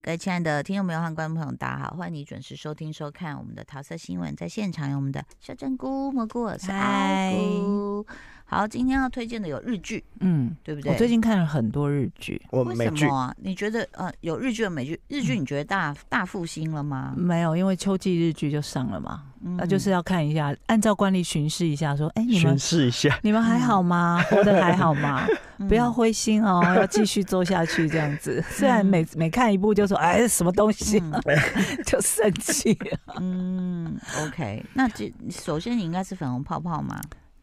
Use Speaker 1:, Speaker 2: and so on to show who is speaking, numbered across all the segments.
Speaker 1: 各位亲爱的听众朋友和观众朋友，大家好，欢迎你准时收听收看我们的桃色新闻，在现场有我们的小珍菇、蘑菇，我是爱菇。好，今天要推荐的有日剧，
Speaker 2: 嗯，
Speaker 1: 对不对？
Speaker 2: 我最近看了很多日剧，嗯
Speaker 3: 我
Speaker 1: 为
Speaker 3: 美
Speaker 1: 什
Speaker 3: 剧
Speaker 1: 么啊？你觉得呃，有日剧的美剧，日剧你觉得大、大复兴了吗？
Speaker 2: 没有，因为秋季日剧就上了嘛，
Speaker 1: 嗯
Speaker 2: 那就是要看一下，按照惯例巡视一下，说，哎，你
Speaker 3: 宣
Speaker 2: 们
Speaker 3: 示一下，
Speaker 2: 你们还好吗？活得还好 吗？不要
Speaker 1: 嗯
Speaker 2: 灰心哦，要继续做下去，这 样子。虽然每每看一部就说，哎，什么东西啊， 就生气了。
Speaker 1: 嗯，OK，那这首先你应该是粉红泡泡嘛，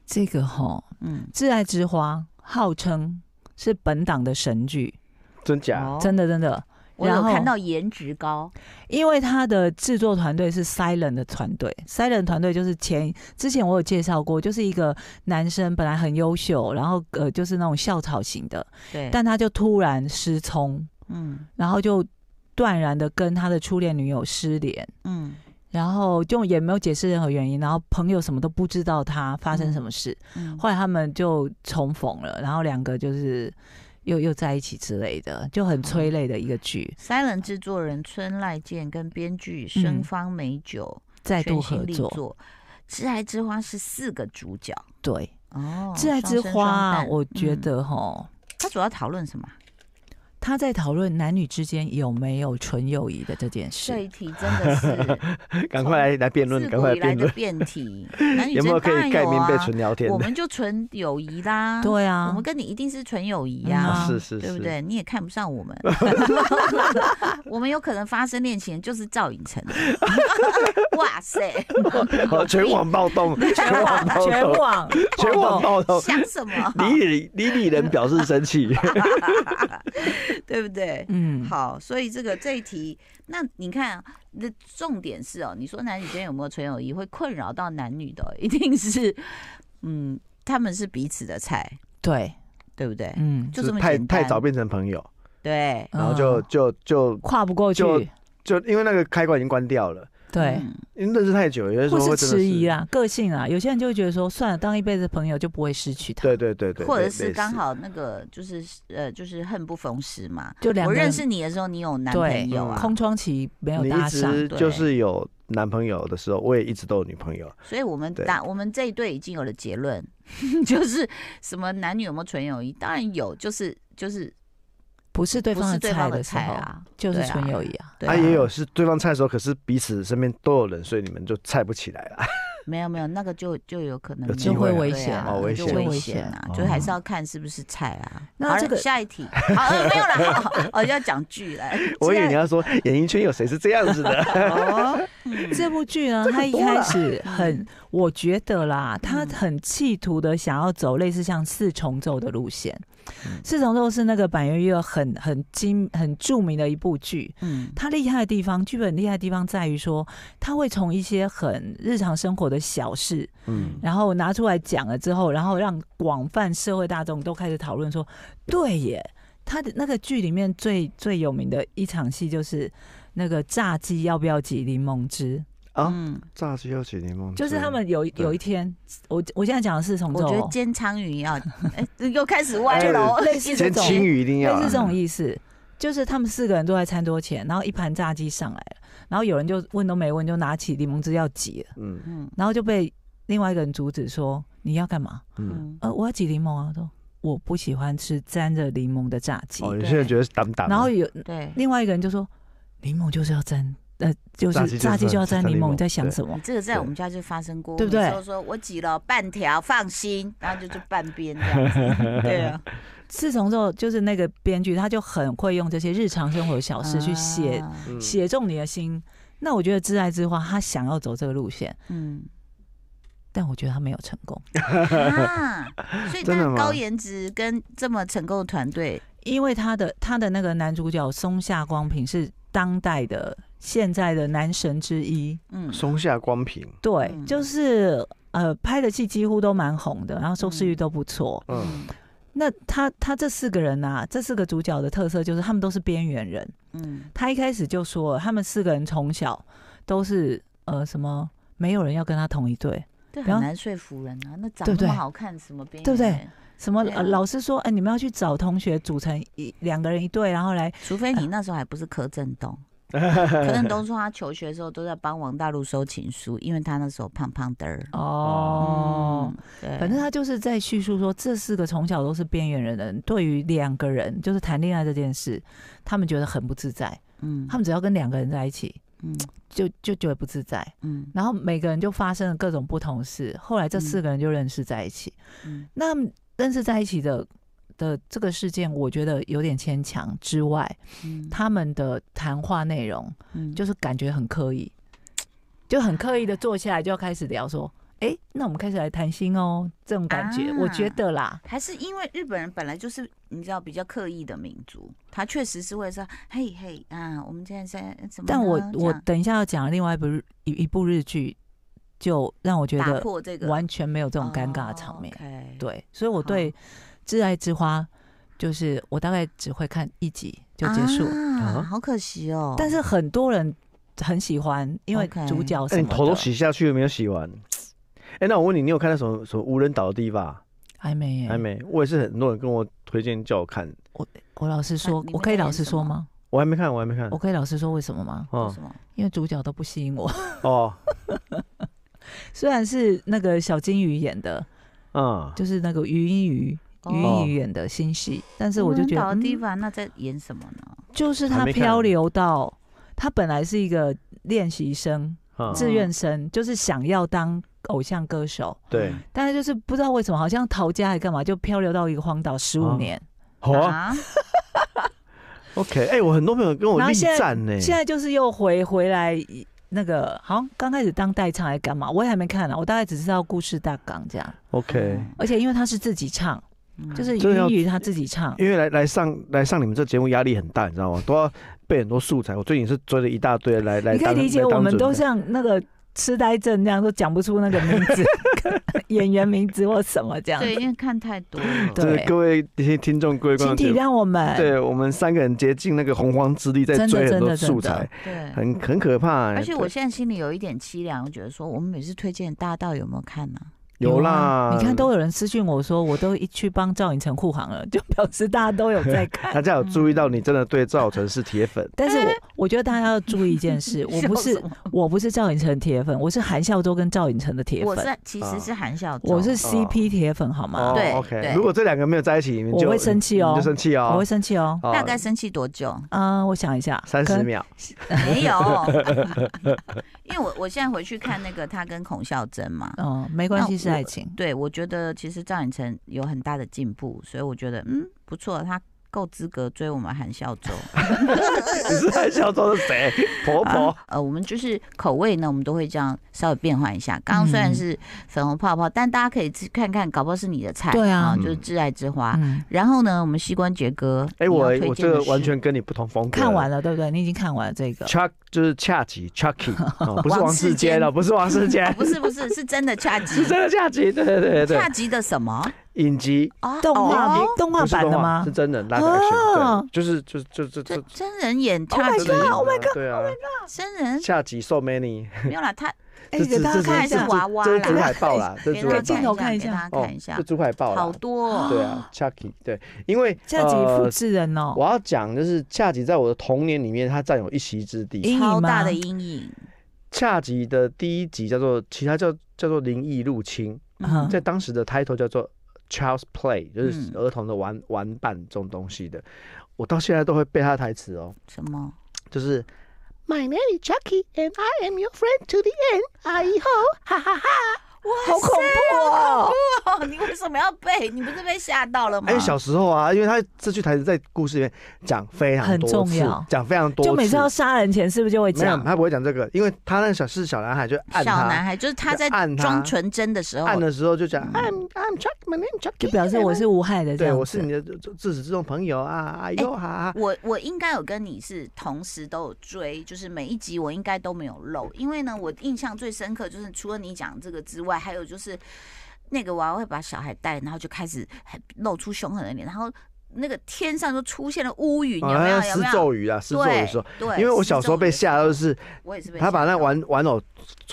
Speaker 2: 这个吼，
Speaker 1: 嗯，
Speaker 2: 《挚爱之花》号称是本档的神剧，
Speaker 3: 真假？
Speaker 1: 哦
Speaker 2: 啊真的真的，
Speaker 1: 我有
Speaker 2: 然后
Speaker 1: 看到颜值高，
Speaker 2: 因为它的制作团队是 Silent 的团队，Silent 团队就是前之前我有介绍过，就是一个男生本来很优秀，然后呃就是那种校草型的，
Speaker 1: 对，
Speaker 2: 但他就突然失聪，
Speaker 1: 嗯
Speaker 2: 然后就断然的跟他的初恋女友失联。
Speaker 1: 嗯
Speaker 2: 然后就也没有解释任何原因，然后朋友什么都不知道他发生什么事，
Speaker 1: 嗯，
Speaker 2: 后来他们就重逢了，然后两个就是又又在一起之类的，就很催泪的一个剧，
Speaker 1: Silent 制作人村濑健跟编剧生
Speaker 2: 嗯
Speaker 1: 方美酒
Speaker 2: 再度
Speaker 1: 全心
Speaker 2: 合
Speaker 1: 力
Speaker 2: 作。
Speaker 1: 作，《挚爱之花》是四个主角
Speaker 2: 对，
Speaker 1: 哦，
Speaker 2: 《挚爱之
Speaker 1: 双生
Speaker 2: 花
Speaker 1: 双》
Speaker 2: 啊，
Speaker 1: 旦
Speaker 2: 我觉
Speaker 1: 嗯
Speaker 2: 得哈，
Speaker 1: 他主要讨论什么啊？
Speaker 2: 他在讨论男女之间有没有纯友谊的这件
Speaker 1: 这
Speaker 2: 事。
Speaker 1: 一题真的是
Speaker 3: 赶快来来 辩
Speaker 1: 自
Speaker 3: 论，赶
Speaker 1: 古
Speaker 3: 快
Speaker 1: 以
Speaker 3: 来
Speaker 1: 来
Speaker 3: 辩
Speaker 1: 的
Speaker 3: 论，
Speaker 1: 辩 题， 男女
Speaker 3: 有没有
Speaker 1: 真
Speaker 3: 可
Speaker 1: 当然
Speaker 3: 以盖
Speaker 1: 有
Speaker 3: 棉被
Speaker 1: 啊
Speaker 3: 纯聊天
Speaker 1: 我
Speaker 3: 的？
Speaker 1: 们就纯友谊啦。
Speaker 2: 对啊，
Speaker 1: 我们跟你一定是纯友谊
Speaker 2: 嗯
Speaker 1: 呀
Speaker 2: 啊，
Speaker 3: 是是
Speaker 1: 对不
Speaker 3: 是，
Speaker 1: 对？你也看不上我 们， 我们有可能发生恋情就是赵寅 成。哇塞，
Speaker 3: 好，全网暴动， 全网暴
Speaker 2: 全
Speaker 3: 动，
Speaker 2: 网
Speaker 3: 全网暴动。
Speaker 1: 想什么？
Speaker 3: 李李李李仁表示生气，
Speaker 1: 对不对？
Speaker 2: 嗯，
Speaker 1: 好，所以这个这一题，那你看啊，那重点是哦，你说男女间有没有纯友谊，会困扰到男女的哦，一定是，嗯，他们是彼此的菜，
Speaker 2: 对，
Speaker 1: 对不对？
Speaker 2: 嗯，
Speaker 1: 就这么
Speaker 3: 太
Speaker 1: 简单。
Speaker 3: 太早变成朋友，
Speaker 1: 对
Speaker 3: 然后就
Speaker 2: 嗯
Speaker 3: 就就
Speaker 2: 跨不过去，
Speaker 3: 就就因为那个开关已经关掉了，
Speaker 2: 对，
Speaker 1: 嗯
Speaker 3: 因为认识太久，有些时候
Speaker 2: 或
Speaker 3: 会
Speaker 2: 是
Speaker 3: 真的
Speaker 2: 迟疑
Speaker 1: 啊
Speaker 3: 是，
Speaker 2: 啦，个性啦，有些人就会觉得说，算了，当一辈子朋友就不会失去他，
Speaker 3: 对对对对，
Speaker 1: 或者
Speaker 3: 类
Speaker 1: 是刚，
Speaker 3: 类似
Speaker 1: 好那个就是呃，就是恨不逢时嘛。
Speaker 2: 就两
Speaker 1: 我
Speaker 2: 个人
Speaker 1: 认识你的时候，你有男
Speaker 2: 对嗯
Speaker 1: 朋友啊，
Speaker 2: 空窗期没有
Speaker 3: 你
Speaker 2: 搭
Speaker 3: 一
Speaker 2: 上，
Speaker 3: 直
Speaker 1: 对
Speaker 3: 就是有男朋友的时候，我也一直都有女朋友，
Speaker 1: 所以我们
Speaker 3: 对
Speaker 1: 打我们这一对已经有了结论， 就是什么男女有没有纯友谊？当然有，就是就是
Speaker 2: 不是对
Speaker 1: 不
Speaker 2: 方
Speaker 1: 是
Speaker 2: 的
Speaker 1: 对方
Speaker 2: 菜
Speaker 1: 的
Speaker 2: 的时
Speaker 1: 菜
Speaker 2: 候，
Speaker 1: 啊，
Speaker 2: 就是
Speaker 1: 对啊
Speaker 2: 纯友谊啊，
Speaker 1: 对
Speaker 3: 啊，也有是对方菜的时候，可是彼此身边都有人，所以你们就菜不起来了。
Speaker 1: 没有没有那个就就有可能
Speaker 3: 有
Speaker 1: 没
Speaker 3: 机会
Speaker 1: 了
Speaker 3: 啊
Speaker 2: 危险
Speaker 1: 对啊
Speaker 3: 哦危
Speaker 1: 就
Speaker 3: 险
Speaker 1: 危
Speaker 2: 危
Speaker 1: 险
Speaker 2: 险
Speaker 1: 啊，
Speaker 3: 哦
Speaker 1: 就还是要看是不是菜啦。
Speaker 2: 那
Speaker 1: 好了
Speaker 2: 这个
Speaker 1: 下一题，好呃没有啦，好哦要讲剧来
Speaker 3: 我以为
Speaker 2: 现在
Speaker 3: 你要说演艺圈有谁是这样 子的，
Speaker 1: 哦，嗯
Speaker 2: 这部剧呢，
Speaker 3: 这个
Speaker 2: 它一
Speaker 3: 多了
Speaker 2: 开始
Speaker 1: 嗯
Speaker 2: 很，我觉得啦，它
Speaker 1: 嗯
Speaker 2: 很企图的想要走类似像四重奏的路线
Speaker 3: 嗯。
Speaker 2: 四重奏是那个板垣佑二很很精很著名的一部剧，
Speaker 1: 嗯
Speaker 2: 它厉害的地方，剧本厉害的地方在于说，它会从一些很日常生活的小事，
Speaker 3: 嗯，
Speaker 2: 然后拿出来讲了之后，然后让广泛社会大众都开始讨论说，对耶，他的那个剧里面最最有名的一场戏就是那个炸鸡要不要挤柠檬汁，
Speaker 3: 啊
Speaker 1: 嗯，
Speaker 3: 炸鸡要起柠檬汁，
Speaker 2: 就是他们有一
Speaker 3: 对
Speaker 2: 有一天，我我现在讲的是从
Speaker 1: 我
Speaker 2: 这
Speaker 1: 觉得
Speaker 2: 种，
Speaker 1: 煎鲳鱼要，哎，又开始歪哦
Speaker 3: 哎
Speaker 1: 楼，
Speaker 2: 类似这
Speaker 3: 先
Speaker 2: 种，
Speaker 3: 青
Speaker 2: 类
Speaker 3: 鱼一定要啊，
Speaker 2: 似这种意思。就是他们四个人坐在餐桌前，然后一盘炸鸡上来了，然后有人就问都没问，就拿起柠檬汁要挤了，
Speaker 3: 嗯
Speaker 1: 嗯
Speaker 2: 然后就被另外一个人阻止说：“你要干嘛？”
Speaker 3: 嗯。
Speaker 1: 嗯，
Speaker 2: 呃，我要挤柠檬啊，我说我不喜欢吃沾着柠檬的炸鸡。
Speaker 3: 哦，有
Speaker 1: 对
Speaker 3: 些人觉得是挡挡，
Speaker 2: 然后有
Speaker 1: 嗯对，
Speaker 2: 另外一个人就说，柠檬就是要沾，呃，就
Speaker 3: 炸鸡
Speaker 2: 是
Speaker 3: 就是
Speaker 2: 炸鸡就要
Speaker 3: 要
Speaker 2: 沾
Speaker 3: 沾
Speaker 2: 柠
Speaker 3: 柠
Speaker 2: 檬，
Speaker 3: 檬
Speaker 2: 你在想
Speaker 3: 对
Speaker 2: 什么
Speaker 1: 你？这个在
Speaker 3: 对
Speaker 1: 我们家就发生过，
Speaker 2: 对不对
Speaker 1: 说说我挤了半条，放心，然后就就半边这样 子，对啊，
Speaker 2: 自从之后，就是那个编剧他就很会用这些日常生活的小事去写、
Speaker 1: 啊，
Speaker 3: 嗯
Speaker 2: 写中你的心。那我觉得《挚爱之花》他想要走这个路线，
Speaker 1: 嗯，
Speaker 2: 但我觉得他没有成功，
Speaker 1: 啊，所以
Speaker 3: 真的
Speaker 1: 那
Speaker 3: 吗
Speaker 1: 高颜值跟这么成功的团队，
Speaker 2: 因为他的他的那个男主角松下光平是当代的现在的男神之一。
Speaker 1: 嗯，
Speaker 3: 松下光平，
Speaker 2: 对，
Speaker 1: 嗯
Speaker 2: 就是呃，拍的戏几乎都蛮红的，然后收视率都不错。
Speaker 3: 嗯，
Speaker 2: 那他他这四个人啊，这四个主角的特色就是他们都是边缘人。
Speaker 1: 嗯
Speaker 2: 他一开始就说了，他们四个人从小都是呃什么，没有人要跟他同一队，
Speaker 1: 对，
Speaker 2: 比方
Speaker 1: 很难说服人啊。那长
Speaker 2: 对不
Speaker 1: 那么
Speaker 2: 对
Speaker 1: 好看，什么边
Speaker 2: 对不对
Speaker 1: 缘？
Speaker 2: 什么、
Speaker 1: 对啊
Speaker 2: 呃老师说，哎、你们要去找同学组成一两个人一队，然后来
Speaker 1: 除非你那时候还不是柯震 东。柯震东说他求学的时候都在帮王大陆收情书，因为他那时候胖胖的儿。
Speaker 2: 哦。
Speaker 1: 嗯，对，
Speaker 2: 反正他就是在叙述说，这四个从小都是边缘人的人，对于两个人就是谈恋爱这件事，他们觉得很不自在。
Speaker 1: 嗯，
Speaker 2: 他们只要跟两个人在一起，
Speaker 1: 嗯
Speaker 2: 就就觉得不自在。
Speaker 1: 嗯
Speaker 2: 然后每个人就发生了各种不同事，后来这四个人就认识在一起。
Speaker 1: 嗯
Speaker 2: 那他们认识在一起的的这个事件，我觉得有点牵强之外，
Speaker 1: 嗯，
Speaker 2: 他们的谈话内容
Speaker 1: 嗯
Speaker 2: 就是感觉很刻意，就很刻意的坐下来就要开始聊说，哎、那我们开始来谈心哦，这种感觉，
Speaker 1: 啊
Speaker 2: 我觉得啦，
Speaker 1: 还是因为日本人本来就是你知道比较刻意的民族，他确实是会说嘿嘿啊，我们现在在怎么呢？
Speaker 2: 但我
Speaker 1: 这
Speaker 2: 我
Speaker 1: 样
Speaker 2: 等一下要讲另外一部日一一部日剧，就让我觉
Speaker 1: 打
Speaker 2: 得
Speaker 1: 破这个
Speaker 2: 完全没有这种尴
Speaker 1: 哦
Speaker 2: 尬的场面。
Speaker 1: 面，
Speaker 2: 对，所以我
Speaker 1: 好
Speaker 2: 对《挚爱之花》就是我大概只会看一集就结束，
Speaker 1: 啊
Speaker 3: 啊
Speaker 1: 好可惜哦。
Speaker 2: 但是很多人很喜欢，因为
Speaker 1: OK
Speaker 2: 主角
Speaker 3: 哎、
Speaker 2: 什
Speaker 3: 你
Speaker 2: 么的、
Speaker 3: 头都洗下去了没有洗完？哎、那我问你，你有看到什么什么无人岛的地方啊？
Speaker 2: 还没耶
Speaker 3: 还。没，我也是很多人跟我推荐叫我看，
Speaker 2: 我老实说
Speaker 1: 你，
Speaker 2: 我
Speaker 1: 没
Speaker 2: 可以
Speaker 1: 看
Speaker 2: 老
Speaker 1: 演
Speaker 2: 实
Speaker 1: 什
Speaker 2: 说
Speaker 1: 么
Speaker 2: 吗？
Speaker 3: 我还没看，我还没看
Speaker 2: 我。可以老实哦说为什么吗？
Speaker 1: 为
Speaker 3: 哦
Speaker 1: 什么？
Speaker 2: 因为主角都不吸引我，
Speaker 3: 哦，
Speaker 2: 虽然是那个小金鱼演的，
Speaker 3: 嗯，
Speaker 2: 就是那个余音鱼。余
Speaker 1: 哦
Speaker 2: 音鱼演的新戏，但是我就觉
Speaker 1: 无人岛
Speaker 2: 得，
Speaker 1: 的地
Speaker 2: 嗯、
Speaker 1: 方那在演什么呢？
Speaker 2: 就是
Speaker 3: 还
Speaker 2: 他
Speaker 3: 没看
Speaker 2: 漂流到，他本来是一个练习生、
Speaker 3: 嗯
Speaker 1: 这
Speaker 2: 志愿生，就是想要当偶像歌手，
Speaker 3: 对，
Speaker 2: 但是就是不知道为什么，好像逃家还干嘛，就漂流到一个荒岛十五
Speaker 3: 啊
Speaker 2: 年。
Speaker 3: 好啊
Speaker 1: 啊，
Speaker 3: ，OK，哎、我很多朋友跟我
Speaker 2: 然后
Speaker 3: 力
Speaker 2: 现在
Speaker 3: 战呢、
Speaker 2: 现在就是又回回来那个，好像刚开始当代唱还干嘛，我也还没看呢、我大概只知道故事大纲这样。
Speaker 3: OK，
Speaker 2: 而且因为他是自己唱，
Speaker 1: 嗯
Speaker 2: 就是
Speaker 3: 这要
Speaker 2: 英语他自己唱，
Speaker 3: 因为来来上来上你们这节目压力很大，你知道吗？都要背很多素材，我最近是追了一大堆来来
Speaker 2: 你可
Speaker 3: 当。
Speaker 2: 以理解
Speaker 3: 来当
Speaker 2: 我们
Speaker 3: 准
Speaker 2: 都
Speaker 3: 备
Speaker 2: 像那个痴呆症那样，都讲不出那个名 字、演员名字或什么这样。
Speaker 1: 对，因为看太多了。
Speaker 2: 对
Speaker 3: 真的各位听听众各位
Speaker 2: 请
Speaker 3: 观众朋
Speaker 2: 体
Speaker 3: 友，
Speaker 2: 谅我们。
Speaker 3: 对我们三个人竭尽那个洪荒之力在
Speaker 2: 真的
Speaker 3: 追很多
Speaker 2: 真的真的
Speaker 3: 素材，
Speaker 1: 对
Speaker 3: 很很可怕、欸。
Speaker 1: 而且我
Speaker 3: 对
Speaker 1: 现在心里有一点凄凉，我觉得说我们每次推荐大家到底有没有看呢、
Speaker 3: 有
Speaker 2: 啊
Speaker 3: 啦，
Speaker 2: 你看都有人私讯我说，我都一去帮赵寅成护航了，就表示大家都有 在看。
Speaker 3: 大家有注意到你真的对赵成是铁粉
Speaker 2: 但是我我觉得大家要注意一 件事，我不
Speaker 1: 嗯笑
Speaker 2: 是
Speaker 1: 什么
Speaker 2: 我不是赵寅成铁粉，我是韩孝周跟赵寅成的铁
Speaker 1: 我
Speaker 2: 粉，
Speaker 1: 是其
Speaker 3: 啊
Speaker 1: 实是韩孝周，
Speaker 2: 我是 CP 铁粉，好吗？
Speaker 3: 哦
Speaker 1: 对对
Speaker 3: ，OK。如果这两个没有在一起，你们就
Speaker 2: 嗯我会生气哦
Speaker 3: 你就生气哦，
Speaker 2: 我会生气哦。
Speaker 3: 哦
Speaker 1: 大概生气多久？
Speaker 2: 啊、我想一下，
Speaker 3: 三
Speaker 2: 可
Speaker 3: 十
Speaker 2: 能
Speaker 3: 秒。
Speaker 1: 没有， 因为我我现在回去看那个他跟孔孝真 嘛，
Speaker 2: 哦，没关
Speaker 1: 那
Speaker 2: 系，是
Speaker 1: 我
Speaker 2: 爱情。
Speaker 1: 对我觉得其实赵寅成有很大的进步，所以我觉得嗯不错，他够资格追我们韩孝周。
Speaker 3: 你是在笑周是谁？婆婆
Speaker 1: 啊。呃，我们就是口味呢，我们都会这样稍微变换一下。刚刚虽然
Speaker 2: 嗯
Speaker 1: 是粉红泡泡，但大家可以去看看，搞不好是你的菜。
Speaker 2: 对
Speaker 3: 嗯
Speaker 2: 啊
Speaker 1: 就是挚爱之花。
Speaker 2: 嗯，
Speaker 1: 然后呢，我们膝关节哥，
Speaker 3: 哎，
Speaker 1: 你要
Speaker 3: 我
Speaker 1: 推
Speaker 3: 我
Speaker 1: 荐
Speaker 3: 这
Speaker 1: 的
Speaker 3: 个完
Speaker 1: 是
Speaker 3: 全跟你不同风格。
Speaker 2: 看完了，对不对？你已经看完了这个。
Speaker 3: Chuck 就是恰吉 Chucky 哦，不是
Speaker 1: 王
Speaker 3: 王
Speaker 1: 世
Speaker 3: 世坚
Speaker 1: 坚
Speaker 3: 了，不是王世
Speaker 1: 哦
Speaker 3: 坚，
Speaker 1: 不是不是是真的恰吉
Speaker 3: 是，真的恰吉。对对对对对
Speaker 1: 恰，吉的什么
Speaker 3: 影集
Speaker 1: 啊？
Speaker 2: 动画、
Speaker 1: 哦
Speaker 2: 动画
Speaker 3: 不是
Speaker 2: 版
Speaker 3: 动
Speaker 2: 的
Speaker 3: 画
Speaker 2: 吗
Speaker 3: 是？真人 live
Speaker 2: 哦
Speaker 3: action，对，就是就是就就
Speaker 1: 这
Speaker 3: 就
Speaker 1: 真人演
Speaker 2: Oh
Speaker 1: 恰
Speaker 2: my
Speaker 1: 吉，
Speaker 2: god, oh my god,
Speaker 3: 对啊，
Speaker 1: 真 人
Speaker 3: 恰吉 so many，
Speaker 1: 没有啦，他
Speaker 2: 哎，
Speaker 3: 这
Speaker 2: 给
Speaker 3: 这
Speaker 2: 大家
Speaker 3: 这
Speaker 2: 看一
Speaker 1: 这
Speaker 2: 下
Speaker 1: 是。娃娃
Speaker 3: 这
Speaker 1: 啦，
Speaker 3: 是竹海 豹啦，这
Speaker 1: 给
Speaker 3: 是
Speaker 1: 他
Speaker 3: 竹
Speaker 2: 哎镜
Speaker 3: 海豹
Speaker 2: 头
Speaker 1: 看
Speaker 2: 看
Speaker 1: 一
Speaker 2: 一
Speaker 1: 下，给
Speaker 2: 下
Speaker 1: 大家
Speaker 3: 哦
Speaker 1: 看一，下
Speaker 3: 这，竹海豹
Speaker 1: 好
Speaker 3: 啦，
Speaker 1: 多哦
Speaker 3: 对啊，Chucky 对，因为
Speaker 2: 下集复
Speaker 3: 呃
Speaker 2: 制人哦，
Speaker 3: 我要讲就是恰吉在我的童年里面，他占有一席之地。
Speaker 2: 阴影
Speaker 1: 超
Speaker 2: 吗
Speaker 1: 大的阴影。
Speaker 3: 恰吉的第一集叫做，其他叫叫做《灵异入侵
Speaker 2: 嗯》，
Speaker 3: 在当时的 title 叫做 Child's Play，就是
Speaker 1: 嗯
Speaker 3: 儿童的玩玩伴这种东西的。我到现在都会背他的台词哦，
Speaker 1: 什么？
Speaker 3: 就是
Speaker 4: My name is Chucky, and I am your friend to the end. I hope, ha ha ha.
Speaker 2: 好恐怖哦！
Speaker 1: 哦， 你为什么要背？你不是被吓到了吗？
Speaker 3: 哎，因为小时候啊，因为他这句台词在故事里面讲非常
Speaker 2: 很
Speaker 3: 多
Speaker 2: 重
Speaker 3: 次
Speaker 2: 要，
Speaker 3: 讲非常多次，
Speaker 2: 就每次要杀人前是不是就会
Speaker 3: 没有
Speaker 2: 讲？
Speaker 3: 他不会讲这个，因为他那个小是小男孩就按
Speaker 1: 小男
Speaker 3: 他，
Speaker 1: 孩，就是他
Speaker 3: 就
Speaker 1: 在
Speaker 3: 按他
Speaker 1: 装纯真的时候，
Speaker 3: 按的时候就讲，哎
Speaker 4: I'm, I'm Chucky. My name is Chucky.
Speaker 2: 就表示我是无害的这
Speaker 3: 对
Speaker 2: 样
Speaker 3: 我
Speaker 2: 子
Speaker 3: 是你的自自始至终朋友啊，哎呦哈，
Speaker 1: 我我应该有跟你是同时都有追，就是每一集我应该都没有漏，因为呢，我印象最深刻就是除了你讲这个之外，还有就是那个娃娃会把小孩带，然后就开始很露出凶狠的脸，然后那个天上就出现了乌云，有没有？
Speaker 3: 像
Speaker 1: 有
Speaker 3: 施
Speaker 1: 没有？
Speaker 3: 咒语啊，施咒语的时
Speaker 1: 对
Speaker 3: 候，
Speaker 1: 对，
Speaker 3: 因为我小时候被吓到，
Speaker 1: 到
Speaker 3: 就是
Speaker 1: 我也是被
Speaker 3: 他把
Speaker 1: 吓
Speaker 3: 那
Speaker 1: 到
Speaker 3: 玩玩偶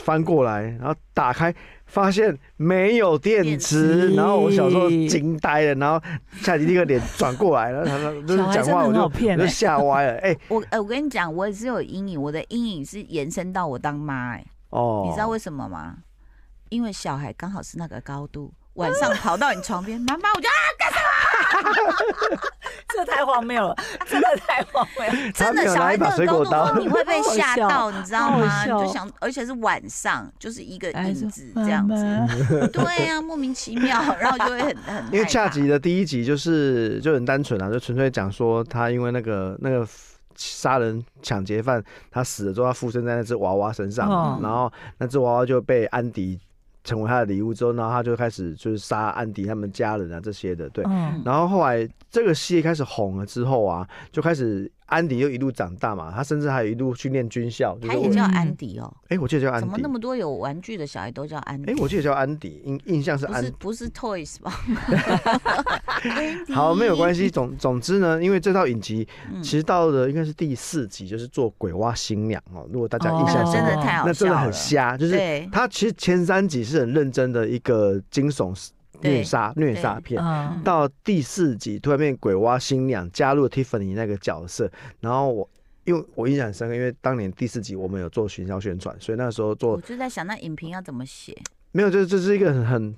Speaker 3: 翻过来，然后打开，发现没有电
Speaker 1: 电
Speaker 3: 池，
Speaker 2: 池
Speaker 3: 然后我小时候惊呆了，然后下集立刻脸转过来了，他说就是
Speaker 2: 小孩
Speaker 3: 讲
Speaker 2: 真的
Speaker 3: 话我
Speaker 2: 很
Speaker 3: 就
Speaker 2: 好骗
Speaker 3: 我就
Speaker 2: 欸
Speaker 3: 吓歪了，哎
Speaker 1: 我呃，我跟你讲，我也是有阴影，我的阴影是延伸到我当妈、哎、
Speaker 3: 哦，
Speaker 1: 你知道为什么吗？因为小孩刚好是那个高度，晚上跑到你床边，妈妈，我就、啊、
Speaker 2: 这太荒谬 了，真的太荒谬了。
Speaker 3: 他
Speaker 1: 真
Speaker 3: 没
Speaker 1: 的
Speaker 3: 有
Speaker 1: 小
Speaker 3: 拿
Speaker 1: 孩
Speaker 3: 一把
Speaker 1: 那
Speaker 3: 水
Speaker 1: 个高
Speaker 3: 果
Speaker 1: 度
Speaker 3: 刀
Speaker 1: 后，你会被吓
Speaker 2: 好
Speaker 1: 到，你知道吗？
Speaker 2: 好
Speaker 1: 你
Speaker 2: 笑
Speaker 1: 就想，而且是晚上，就是一个
Speaker 2: 哎
Speaker 1: 影子这样子，
Speaker 2: 妈妈
Speaker 1: 对呀、莫名其妙，然后就会很很害怕
Speaker 3: 因为下集的第一集就是就很单纯啊，就纯粹讲说他因为那个那个杀人抢劫犯他死了之后，他附身在那只娃娃身上嘛，
Speaker 2: 哦
Speaker 3: 然后那只娃娃就被安迪成为他的礼物之后，然后他就开始就是杀安迪他们家人啊这些的，对。
Speaker 2: 嗯
Speaker 3: 然后后来这个戏开始红了之后啊，就开始安迪又一路长大嘛，他甚至还有一路去念军校。就
Speaker 1: 他
Speaker 3: 是
Speaker 1: 也
Speaker 3: 我
Speaker 2: 嗯
Speaker 1: 叫安迪哦，
Speaker 3: 哎，我记得叫安
Speaker 1: 怎么
Speaker 3: 迪
Speaker 1: 那，么多有玩具的小孩都叫安迪？
Speaker 3: 哎，我记得叫安迪，印印象是
Speaker 1: 不
Speaker 3: 安
Speaker 1: 是不是 Toys 吧？
Speaker 3: 好，没有 关系。总总之呢，因为这套影集
Speaker 1: 嗯
Speaker 3: 其实到了应该是第四集，就是做鬼蛙新娘哦。如果大家印象
Speaker 2: 哦
Speaker 1: 真
Speaker 3: 深刻，
Speaker 1: 的太好笑了，
Speaker 3: 那真的很瞎。就是
Speaker 1: 对
Speaker 3: 它其实前三集是很认真的一个惊悚
Speaker 1: 对
Speaker 3: 虐杀虐杀片，
Speaker 2: 嗯，
Speaker 3: 到第四集突然变鬼蛙新娘加入了 Tiffany 那个角色，然后我。因为我印象很深刻，因为当年第四集我们有做行销宣传，所以那时候做
Speaker 1: 我就在想那影评要怎么写。
Speaker 3: 没有，就是这是一个很很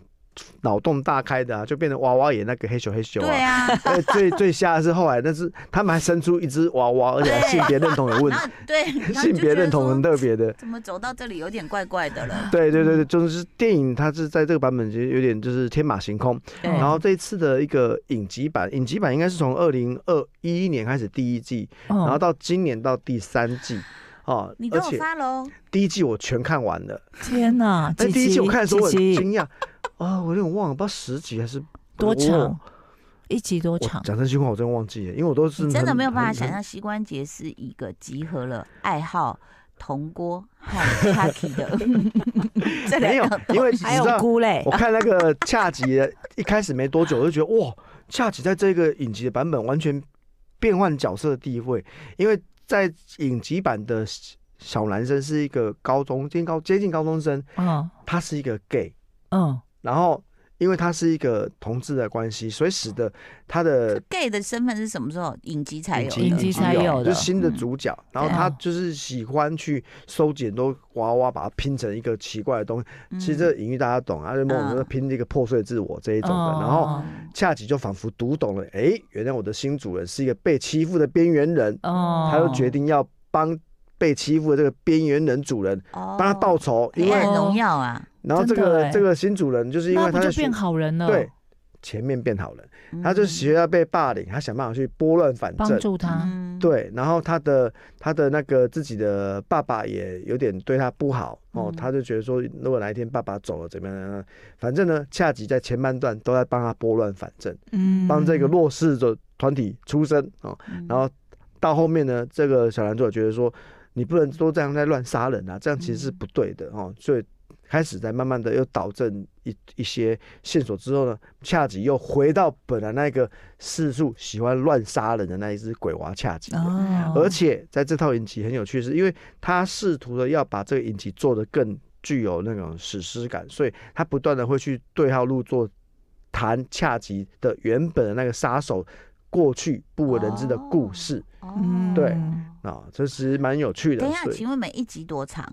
Speaker 3: 脑洞大开的啊，就变成娃娃演那个黑咻黑咻
Speaker 1: 对啊，
Speaker 3: 呃，最最吓的是后来，但是他们还生出一只娃娃，而且还性别认同有 问
Speaker 1: 然后 对，
Speaker 3: 题，
Speaker 1: 然后
Speaker 3: 性
Speaker 1: 啊就
Speaker 3: 别
Speaker 1: 觉得
Speaker 3: 认同
Speaker 1: 说
Speaker 3: 很特别的。
Speaker 1: 怎么走到这里有点怪怪的了？
Speaker 3: 对对对对，就是电影它是在这个版本其实有点就是天马行空。
Speaker 2: 嗯
Speaker 1: 对
Speaker 3: 然后这一次的一个影集版，影集版应该是从二零二一年开始第一季，然
Speaker 2: 然
Speaker 3: 后到今年到第三季。哦
Speaker 1: 哦你，给
Speaker 3: 而
Speaker 1: 我
Speaker 3: 且
Speaker 1: 发喽，
Speaker 3: 第一季我全看完了，
Speaker 2: 天哪，几
Speaker 3: 但哎第一季
Speaker 2: 集
Speaker 3: 我看的时候我很
Speaker 2: 几集
Speaker 3: 惊讶，啊，我有点忘了，不知道十集还是
Speaker 2: 多
Speaker 3: 我
Speaker 2: 长？一集多
Speaker 3: 我
Speaker 2: 长？
Speaker 3: 讲真心话，我真忘记了，因为我都是
Speaker 1: 你真的
Speaker 3: 很
Speaker 1: 没有办法
Speaker 3: 很
Speaker 1: 想
Speaker 3: 很
Speaker 1: 象膝关节是一个集合了爱好铜锅和 Chucky 的这
Speaker 3: 没有
Speaker 1: 两个，
Speaker 3: 因为你
Speaker 2: 还
Speaker 3: 知
Speaker 2: 有
Speaker 3: 道，
Speaker 2: 菇类
Speaker 3: 我，看那个恰吉的，一开始没多久，我就觉得哇，恰吉在这个影集的版本完全变换角色的地位，因为在影集版的小男生是一个高中接近高接近高中生，
Speaker 2: 嗯
Speaker 3: 他是一个 gay，
Speaker 2: 嗯，
Speaker 3: 然后因为他是一个同志的关系，所以使得他的
Speaker 1: gay 的身份是什么时候影集才有的？
Speaker 2: 影集才有
Speaker 3: 就
Speaker 2: 的
Speaker 3: 是新的主角。然后
Speaker 2: 对啊
Speaker 3: 他就是喜欢去收集很多娃娃，把它拼成一个奇怪的东西。
Speaker 2: 嗯
Speaker 3: 其实这个隐喻大家懂啊，就某种
Speaker 1: 嗯
Speaker 3: 就拼这个破碎自我这一种的。
Speaker 2: 哦
Speaker 3: 然后恰吉就仿佛读懂了，诶，原来我的新主人是一个被欺负的边缘人，
Speaker 2: 哦，
Speaker 3: 他就决定要帮。被欺负的这个边缘人主人
Speaker 1: 帮
Speaker 3: 帮他报仇，因
Speaker 1: 黑暗
Speaker 3: 为
Speaker 2: 哦
Speaker 1: 荣耀啊，
Speaker 3: 然后这
Speaker 2: 真的
Speaker 3: 个
Speaker 2: 欸
Speaker 3: 这个新主人就是因
Speaker 2: 那
Speaker 3: 为
Speaker 2: 不
Speaker 3: 他在
Speaker 2: 就
Speaker 3: 学
Speaker 2: 变好人了？
Speaker 3: 对，前面变好人，
Speaker 1: 嗯
Speaker 3: 他就学要被霸凌，他想办法去拨乱反
Speaker 2: 帮
Speaker 3: 正，
Speaker 2: 助他，
Speaker 1: 嗯，
Speaker 3: 对，然后他的他的那个自己的爸爸也有点对他不好哦，
Speaker 1: 嗯
Speaker 3: 他就觉得说，如果哪一天爸爸走了怎么样怎么样，反正呢，恰吉在前半段都在帮他拨乱反正，
Speaker 2: 嗯
Speaker 3: 帮这个弱势的团体出声哦，
Speaker 1: 嗯，
Speaker 3: 然后到后面呢，这个小男主角觉得说，你不能都这样在乱杀人啊，这样其实是不对的
Speaker 2: 嗯
Speaker 3: 哦，所以开始在慢慢的又导正一一些线索之后呢，恰吉又回到本来那个四处喜欢乱杀人的那一只鬼娃恰吉了。啊
Speaker 2: 哦，
Speaker 3: 而且在这套影集很有趣的是，因为他试图的要把这个影集做得更具有那种史诗感，所以他不断的会去对号入座，谈恰吉的原本的那个杀手过去不为人知的故事
Speaker 1: 哦
Speaker 2: 嗯
Speaker 3: 对啊，这其实蛮有趣的
Speaker 1: 等一。下，
Speaker 3: 所以
Speaker 1: 请问每一集多长？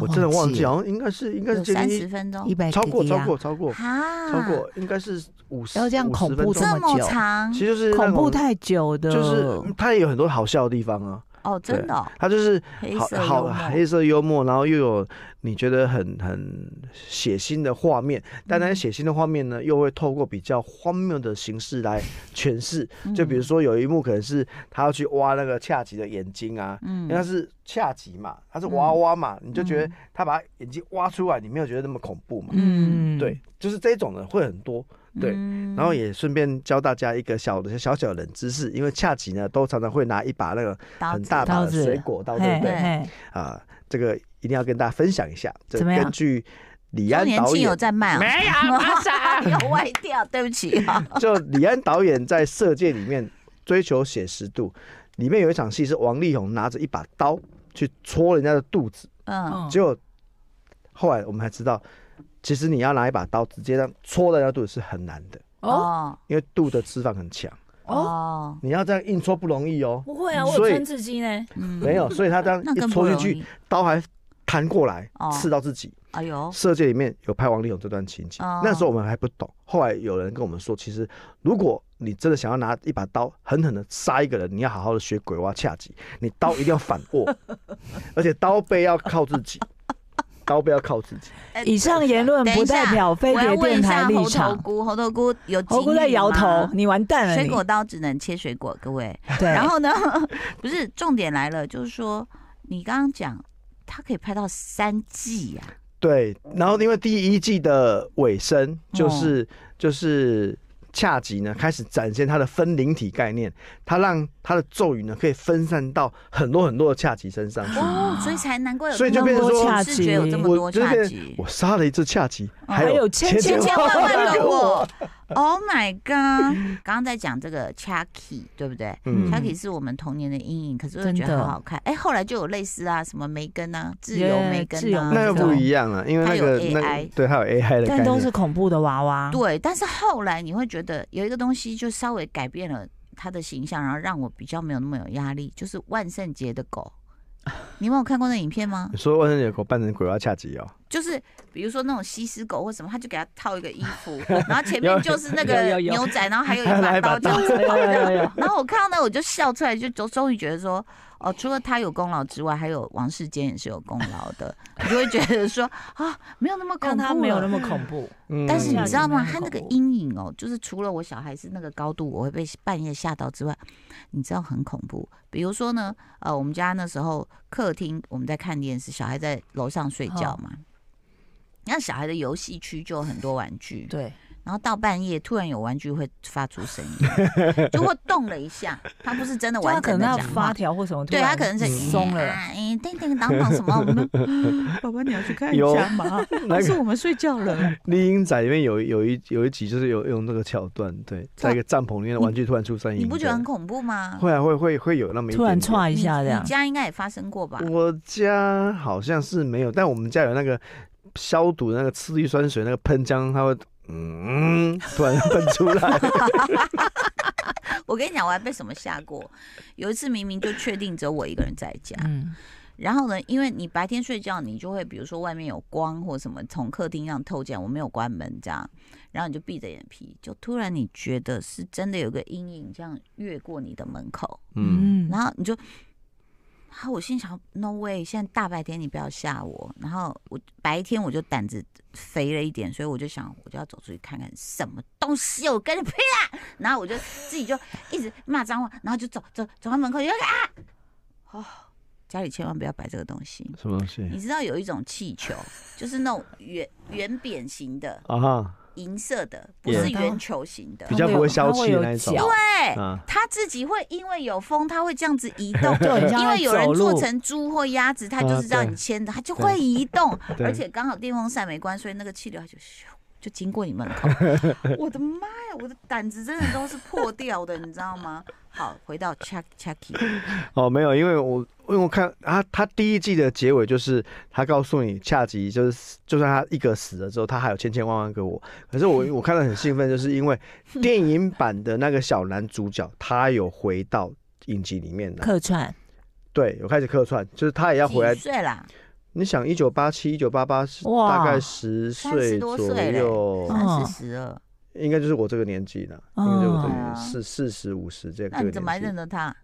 Speaker 3: 我真的忘记，好像应该是应该是
Speaker 1: 有
Speaker 3: 接
Speaker 1: 三
Speaker 3: 近
Speaker 1: 十分钟
Speaker 2: 一，百
Speaker 3: 一超过超过超过
Speaker 1: 啊哈，
Speaker 3: 超过，应该是五十，
Speaker 2: 要这样恐怖
Speaker 3: 50分钟
Speaker 2: 这
Speaker 1: 这么
Speaker 2: 久
Speaker 1: 长
Speaker 3: 其实就是那
Speaker 2: 恐怖
Speaker 3: 种
Speaker 2: 太久的，
Speaker 3: 就是它也有很多好笑的地方啊，
Speaker 1: 哦，真的哦，
Speaker 3: 它就是
Speaker 1: 黑
Speaker 3: 好
Speaker 1: 色幽
Speaker 3: 好
Speaker 1: 默
Speaker 3: 黑色幽默，然后又有你觉得很很血腥的画面，
Speaker 1: 嗯
Speaker 3: 但那些血腥的画面呢，又会透过比较荒谬的形式来诠释。
Speaker 1: 嗯
Speaker 3: 就比如说有一幕可能是他要去挖那个恰吉的眼睛啊，因
Speaker 1: 嗯，
Speaker 3: 为他
Speaker 1: 嗯，
Speaker 3: 是恰吉嘛，他是娃娃嘛，你就觉得他把眼睛挖出来，你没有觉得那么恐怖嘛？
Speaker 2: 嗯，
Speaker 3: 对，就是这种的会很多。对
Speaker 1: 嗯
Speaker 3: 然后也顺便教大家一个小的小小的冷知识，因为恰吉呢都常常会拿一把那个
Speaker 1: 刀
Speaker 3: 很
Speaker 1: 子
Speaker 3: 大把
Speaker 2: 刀
Speaker 3: 的
Speaker 2: 子
Speaker 3: 水果刀，
Speaker 2: 嘿，
Speaker 3: 对不对？
Speaker 2: 嘿
Speaker 3: 啊，这个一定要跟大家分享一下。这
Speaker 2: 怎么样
Speaker 3: 根据李
Speaker 1: 周
Speaker 3: 安
Speaker 1: 年
Speaker 3: 导
Speaker 1: 庆有
Speaker 3: 演，
Speaker 1: 在卖啊？
Speaker 4: 没 有，马上。
Speaker 1: 有歪掉，对不起啊。
Speaker 3: 就李安导演在《色戒》里面追求写实度，里面有一场戏是王力宏拿着一把刀去戳人家的肚子，
Speaker 1: 嗯，
Speaker 2: 嗯
Speaker 3: 结果后来我们才知道。其实你要拿一把刀直接这样戳到人家肚子是很难的，
Speaker 2: 哦
Speaker 3: 因为肚的脂肪很强，
Speaker 2: 哦，
Speaker 1: 哦，
Speaker 3: 你要这样硬戳不容易哦。
Speaker 5: 不会啊，我有
Speaker 3: 所以
Speaker 5: 穿刺激
Speaker 2: 哎
Speaker 5: 呢，
Speaker 1: 嗯
Speaker 3: 没有，，所以他这 样
Speaker 1: 那
Speaker 3: 一
Speaker 1: 更不
Speaker 3: 戳进
Speaker 1: 容
Speaker 3: 去
Speaker 1: 易，。
Speaker 3: 刀还弹过来
Speaker 1: 哦，
Speaker 3: 刺到自己。
Speaker 1: 哎 呦，
Speaker 3: 社界里面有拍王力宏这段情景，
Speaker 1: 哦
Speaker 3: 那时候我们还不懂。后来有人跟我们说，其实如果你真的想要拿一把刀狠狠的杀一个人，你要好好的学鬼娃恰吉，你刀一定要反握，而且刀背要靠自己，刀背要靠自己。
Speaker 1: 哎
Speaker 2: 以上言论
Speaker 1: 等一
Speaker 2: 不代
Speaker 1: 下
Speaker 2: 表飞
Speaker 1: 我要
Speaker 2: 碟
Speaker 1: 问
Speaker 2: 电
Speaker 1: 一
Speaker 2: 台
Speaker 1: 下
Speaker 2: 立
Speaker 1: 猴头
Speaker 2: 场。
Speaker 1: 菇，猴头菇有
Speaker 2: 猴
Speaker 1: 警
Speaker 2: 姑在
Speaker 1: 语
Speaker 2: 摇头
Speaker 1: 吗，
Speaker 2: 你完蛋了
Speaker 1: 水
Speaker 2: 你。
Speaker 1: 果刀只能切水果，各位。
Speaker 2: 对，
Speaker 1: 然后呢， 不是重点来了，就是说你刚刚讲他可以拍到三季啊呀、
Speaker 3: 对，然后因为第一季的尾声就是、就是恰吉呢开始展现他的分灵体概念，他让他的咒语呢可以分散到很多很多的恰吉身上去。
Speaker 1: 哦，所以才难怪有
Speaker 3: 所以
Speaker 1: 这
Speaker 3: 就
Speaker 1: 么
Speaker 3: 变成
Speaker 1: 多
Speaker 3: 说
Speaker 1: 视觉有这么多
Speaker 3: 我就是
Speaker 1: 恰
Speaker 3: 变
Speaker 1: 吉，
Speaker 3: 我杀了一只恰吉，
Speaker 1: 哦
Speaker 3: 还
Speaker 2: 还有
Speaker 3: 有
Speaker 2: 千
Speaker 1: 千
Speaker 2: 千
Speaker 1: 千万万个
Speaker 3: 个
Speaker 1: 我。Oh my god！刚刚在讲这个 Chucky，对不对、
Speaker 3: 嗯
Speaker 1: c h u c k y 是我们童年的阴影，可是我觉
Speaker 2: 真
Speaker 1: 得
Speaker 2: 的
Speaker 1: 很好看。哎，后来就有类似啊，什么梅根啊，自由
Speaker 2: 耶
Speaker 1: 梅根
Speaker 2: 自由
Speaker 1: 啊，
Speaker 2: 梅
Speaker 3: 那
Speaker 2: 根
Speaker 3: 又
Speaker 1: 这
Speaker 3: 不
Speaker 1: 种
Speaker 3: 一样了，因为那个
Speaker 1: 它有
Speaker 3: 那
Speaker 1: AI
Speaker 3: 个对，还有 AI 的概
Speaker 2: 但都是
Speaker 3: 念。
Speaker 2: 恐怖的娃娃。
Speaker 1: 对，但是后来你会觉得有一个东西就稍微改变了他的形象，然后让我比较没有那么有压力，就是万圣节的狗。你们有看过那影片吗？
Speaker 3: 你说万圣节狗扮成鬼娃恰吉哦，
Speaker 1: 就是比如说那种西施狗或什么，他就给它套一个衣 服，然后前面
Speaker 3: 有
Speaker 1: 就是那
Speaker 2: 有
Speaker 1: 个
Speaker 2: 有有
Speaker 1: 牛仔，然后还有一
Speaker 3: 还有
Speaker 1: 把
Speaker 3: 那一
Speaker 1: 刀
Speaker 3: 把
Speaker 1: 这样子
Speaker 2: 刀
Speaker 1: 套
Speaker 2: 有有有
Speaker 1: 着
Speaker 2: 有。
Speaker 1: 然后我看到那我就笑出来，就终终于觉得说，哦，除了他有功劳之外，还有王世坚也是有功劳的，你就会觉得说啊，没有那 么恐
Speaker 2: 让
Speaker 1: 怖了，
Speaker 2: 他没有那么恐怖，
Speaker 3: 嗯
Speaker 1: 但是你知道吗？
Speaker 2: 嗯
Speaker 1: 他那个阴影哦，就是除了我小孩是那个高度，我会被半夜吓到之外，你知道很恐怖。比如说呢，呃，我们家那时候客厅我们在看电视，小孩在楼上睡觉嘛。那小孩的游戏区就有很多玩具，
Speaker 2: 对，
Speaker 1: 然后到半夜突然有玩具会发出声音，就会动了一下，他不是真的
Speaker 2: 就他
Speaker 1: 完
Speaker 2: 可
Speaker 1: 整
Speaker 2: 能
Speaker 1: 的
Speaker 2: 他
Speaker 1: 讲
Speaker 2: 发
Speaker 1: 话，
Speaker 2: 条或什么，
Speaker 1: 对他可能是
Speaker 2: 松了。
Speaker 1: 哎，叮叮当当什么，我们
Speaker 2: 爸爸，你要去看
Speaker 3: 一下
Speaker 2: 嘛？
Speaker 3: 那个
Speaker 2: 我们睡觉了。
Speaker 3: 丽英仔里面有有一有一集就是有用这个桥段，对，在一个帐篷里面的玩具突然出声音，
Speaker 1: 你不觉得很
Speaker 3: 对
Speaker 1: 恐怖吗？
Speaker 3: 会啊会会会有那么一
Speaker 2: 突然
Speaker 3: 点点
Speaker 2: 歘一
Speaker 1: 你
Speaker 2: 下这
Speaker 1: 你
Speaker 2: 样，
Speaker 1: 家应该也发生过吧？
Speaker 3: 我家好像是没有，但我们家有那个消毒的那个次氯酸水那个喷枪，它会嗯突然喷出 来。
Speaker 1: 我跟你讲，我还被什么吓过？有一次明明就确定只有我一个人在家，
Speaker 2: 嗯，
Speaker 1: 然后呢，因为你白天睡觉，你就会比如说外面有光或什么从客厅上透进来，我没有关门这样，然后你就闭着眼皮，就突然你觉得是真的有个阴影这样越过你的门口，
Speaker 3: 嗯，
Speaker 2: 嗯，
Speaker 1: 然后你就，然后我心想，no way，现在大白天你不要吓我。然后我白天我就胆子肥了一点，所以我就想，我就要走出去看看什么东西，我跟你拼了！然后我就自己就一直骂脏话，然后就走走走到门口就啊，哦，家里千万不要摆这个东西。
Speaker 3: 什么东西
Speaker 1: 你知道有一种气球，就是那种圆圆扁形的、
Speaker 3: 啊哈？
Speaker 1: 银色的，不
Speaker 3: 有
Speaker 1: 是圆球形的
Speaker 3: 比。较不会消气的那一种
Speaker 2: 对，
Speaker 1: 对，
Speaker 3: 啊，
Speaker 1: 它自己会因为有风，它会这样子移 动，
Speaker 2: 就很像
Speaker 1: 因为有人
Speaker 2: 走路啊
Speaker 1: 做成猪或鸭子，它就是让你牵的，它就会移 动，
Speaker 3: 对
Speaker 1: 而且刚好电风扇没关，所以那个气流它就咻就经过你门 口。我的妈呀，我的胆子真的都是破掉的，你知道吗？好，回到 Chuck Chucky，
Speaker 3: 哦，没有，因为我因为我看他他第一季的结尾就是他告诉你恰吉就是就算他一个死了之后，他还有千千万万个我。可是我 我看到很兴奋，就是因为电影版的那个小男主角他有回到影集里面来，
Speaker 2: 客串，
Speaker 3: 对，有开始客串，就是他 也要回来
Speaker 1: 几岁啦？
Speaker 3: 你想，一九八七、一九八八是
Speaker 2: 哇
Speaker 3: 大概十岁
Speaker 1: 30多
Speaker 3: 左
Speaker 1: 岁嘞
Speaker 3: 右，
Speaker 1: 三
Speaker 2: 哦
Speaker 1: 四十二，
Speaker 3: 应该就是我这个年纪了，应该就是我
Speaker 1: 哦
Speaker 3: 这个年纪四四十五十这
Speaker 1: 那
Speaker 3: 这
Speaker 1: 你
Speaker 3: 个
Speaker 1: 怎么还认
Speaker 3: 年纪。
Speaker 1: 得他？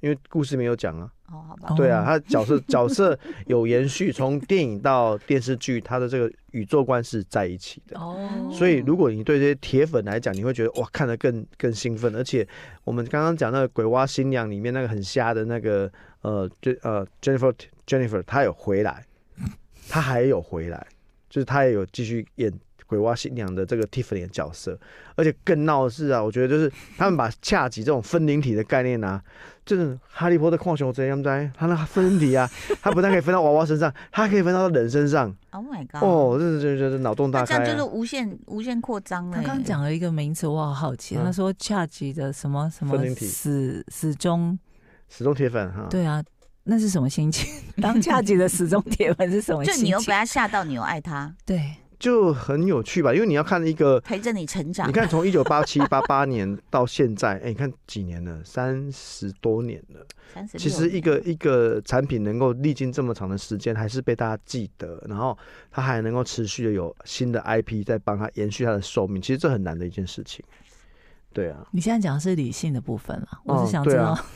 Speaker 3: 因为故事没有讲啊，
Speaker 1: 哦，好吧
Speaker 2: 哦，
Speaker 3: 对啊，他 角色角色有延续，从电影到电视剧，他的这个宇宙观是在一起的。
Speaker 1: 嗯
Speaker 2: 哦
Speaker 3: 所以，如果你对这些铁粉来讲，你会觉得哇，看得更更兴奋。而且，我们刚刚讲那个《鬼蛙新娘》里面那个很瞎的那个呃，就呃 Jennifer Jennifer，她有回来， 她还有回来，就是她也有继续演鬼蛙新娘的这个 Tiffany 的角色。而且更闹的是啊，我觉得就是他们把恰吉这种分灵体的概念啊，就是哈利波特矿球这样在，他那分灵 体啊，他不但可以分到娃娃身上，他还可以分到人身上。
Speaker 1: ，Oh my god，
Speaker 3: 哦，这是这这这脑洞
Speaker 1: 那
Speaker 3: 大
Speaker 1: 这
Speaker 3: 开、啊。
Speaker 1: 样就是无限无限扩张了。
Speaker 2: 他刚讲了一个名词，我好好奇。
Speaker 3: 嗯
Speaker 2: 他说恰吉的什么什么
Speaker 3: 分灵体嗯
Speaker 2: 死死忠，
Speaker 3: 始终铁粉哈。
Speaker 2: 对啊，那 是什么心情？当恰吉的死忠铁粉是什么
Speaker 1: 就
Speaker 2: 心
Speaker 1: 你又被
Speaker 2: 情？
Speaker 1: 他吓到，你又爱他，
Speaker 2: 对，
Speaker 3: 就很有趣吧，因为你要看一个，
Speaker 1: 陪着你成长。
Speaker 3: 你看从一九八七 八八年到现在，哎、你看几年了，三十多年了。
Speaker 1: 三十，
Speaker 3: 其实一个一个产品能够历经这么长的时间，还是被大家记得，然后它还能够持续的有新的 IP 在帮它延续它的寿命，其实这很难的一件事情。对啊，
Speaker 2: 你现在讲的是理性的部分了，我
Speaker 3: 哦
Speaker 2: 是想
Speaker 3: 对
Speaker 2: 知道、
Speaker 3: 啊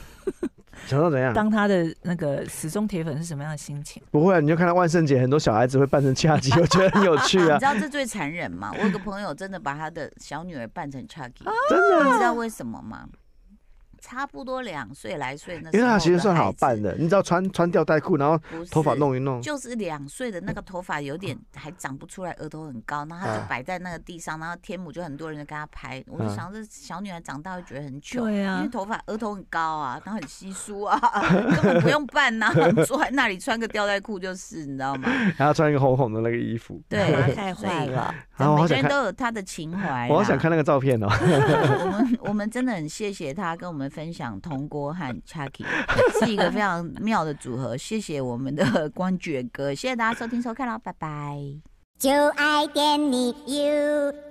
Speaker 3: 想到怎样？
Speaker 2: 当他的那个死忠铁粉是什么样的心情。
Speaker 3: 不会、啊，你就看到万圣节很多小孩子会扮成恰吉，我觉得很有趣
Speaker 1: 你
Speaker 3: 啊
Speaker 1: 知，道这最残忍吗？我有个朋友真的把他的小女儿扮成 Chucky，、
Speaker 3: 真的
Speaker 1: 你
Speaker 3: 啊、
Speaker 1: 知道为什么吗？差不不多两岁来岁那时候，
Speaker 3: 因为它其实算好扮，的，你只要穿穿吊带裤，然后
Speaker 1: 不是
Speaker 3: 头发弄一 弄，
Speaker 1: 就是两岁的那个头发有点还长不出来，额头很高，然后他就摆在那个地上，然后天母就很多人就跟他拍，我就
Speaker 3: 啊
Speaker 1: 想这小女孩长大会觉得很糗，
Speaker 2: 对啊
Speaker 1: 因为头发额头很高啊，然后很稀疏啊，根本不用扮呐、 坐在那里穿个吊带裤就是，你知 道吗？
Speaker 3: 然后穿一个红红的那个衣服。
Speaker 1: 对
Speaker 2: 妈，啊太
Speaker 1: 所以
Speaker 2: 坏了
Speaker 1: 真
Speaker 3: 然后我
Speaker 1: 每
Speaker 3: 好
Speaker 1: 个
Speaker 3: 想
Speaker 1: 人
Speaker 3: 看，
Speaker 1: 都有他的情怀啦。
Speaker 3: 我好想看那个照片 哦。
Speaker 1: 我们我们真的很谢谢他跟我们分享铜锅和 Chucky，是一个非常妙的组合。谢谢我们的 光觉哥，谢谢大家收听收看喽，拜拜。
Speaker 5: 就爱点你 UFO。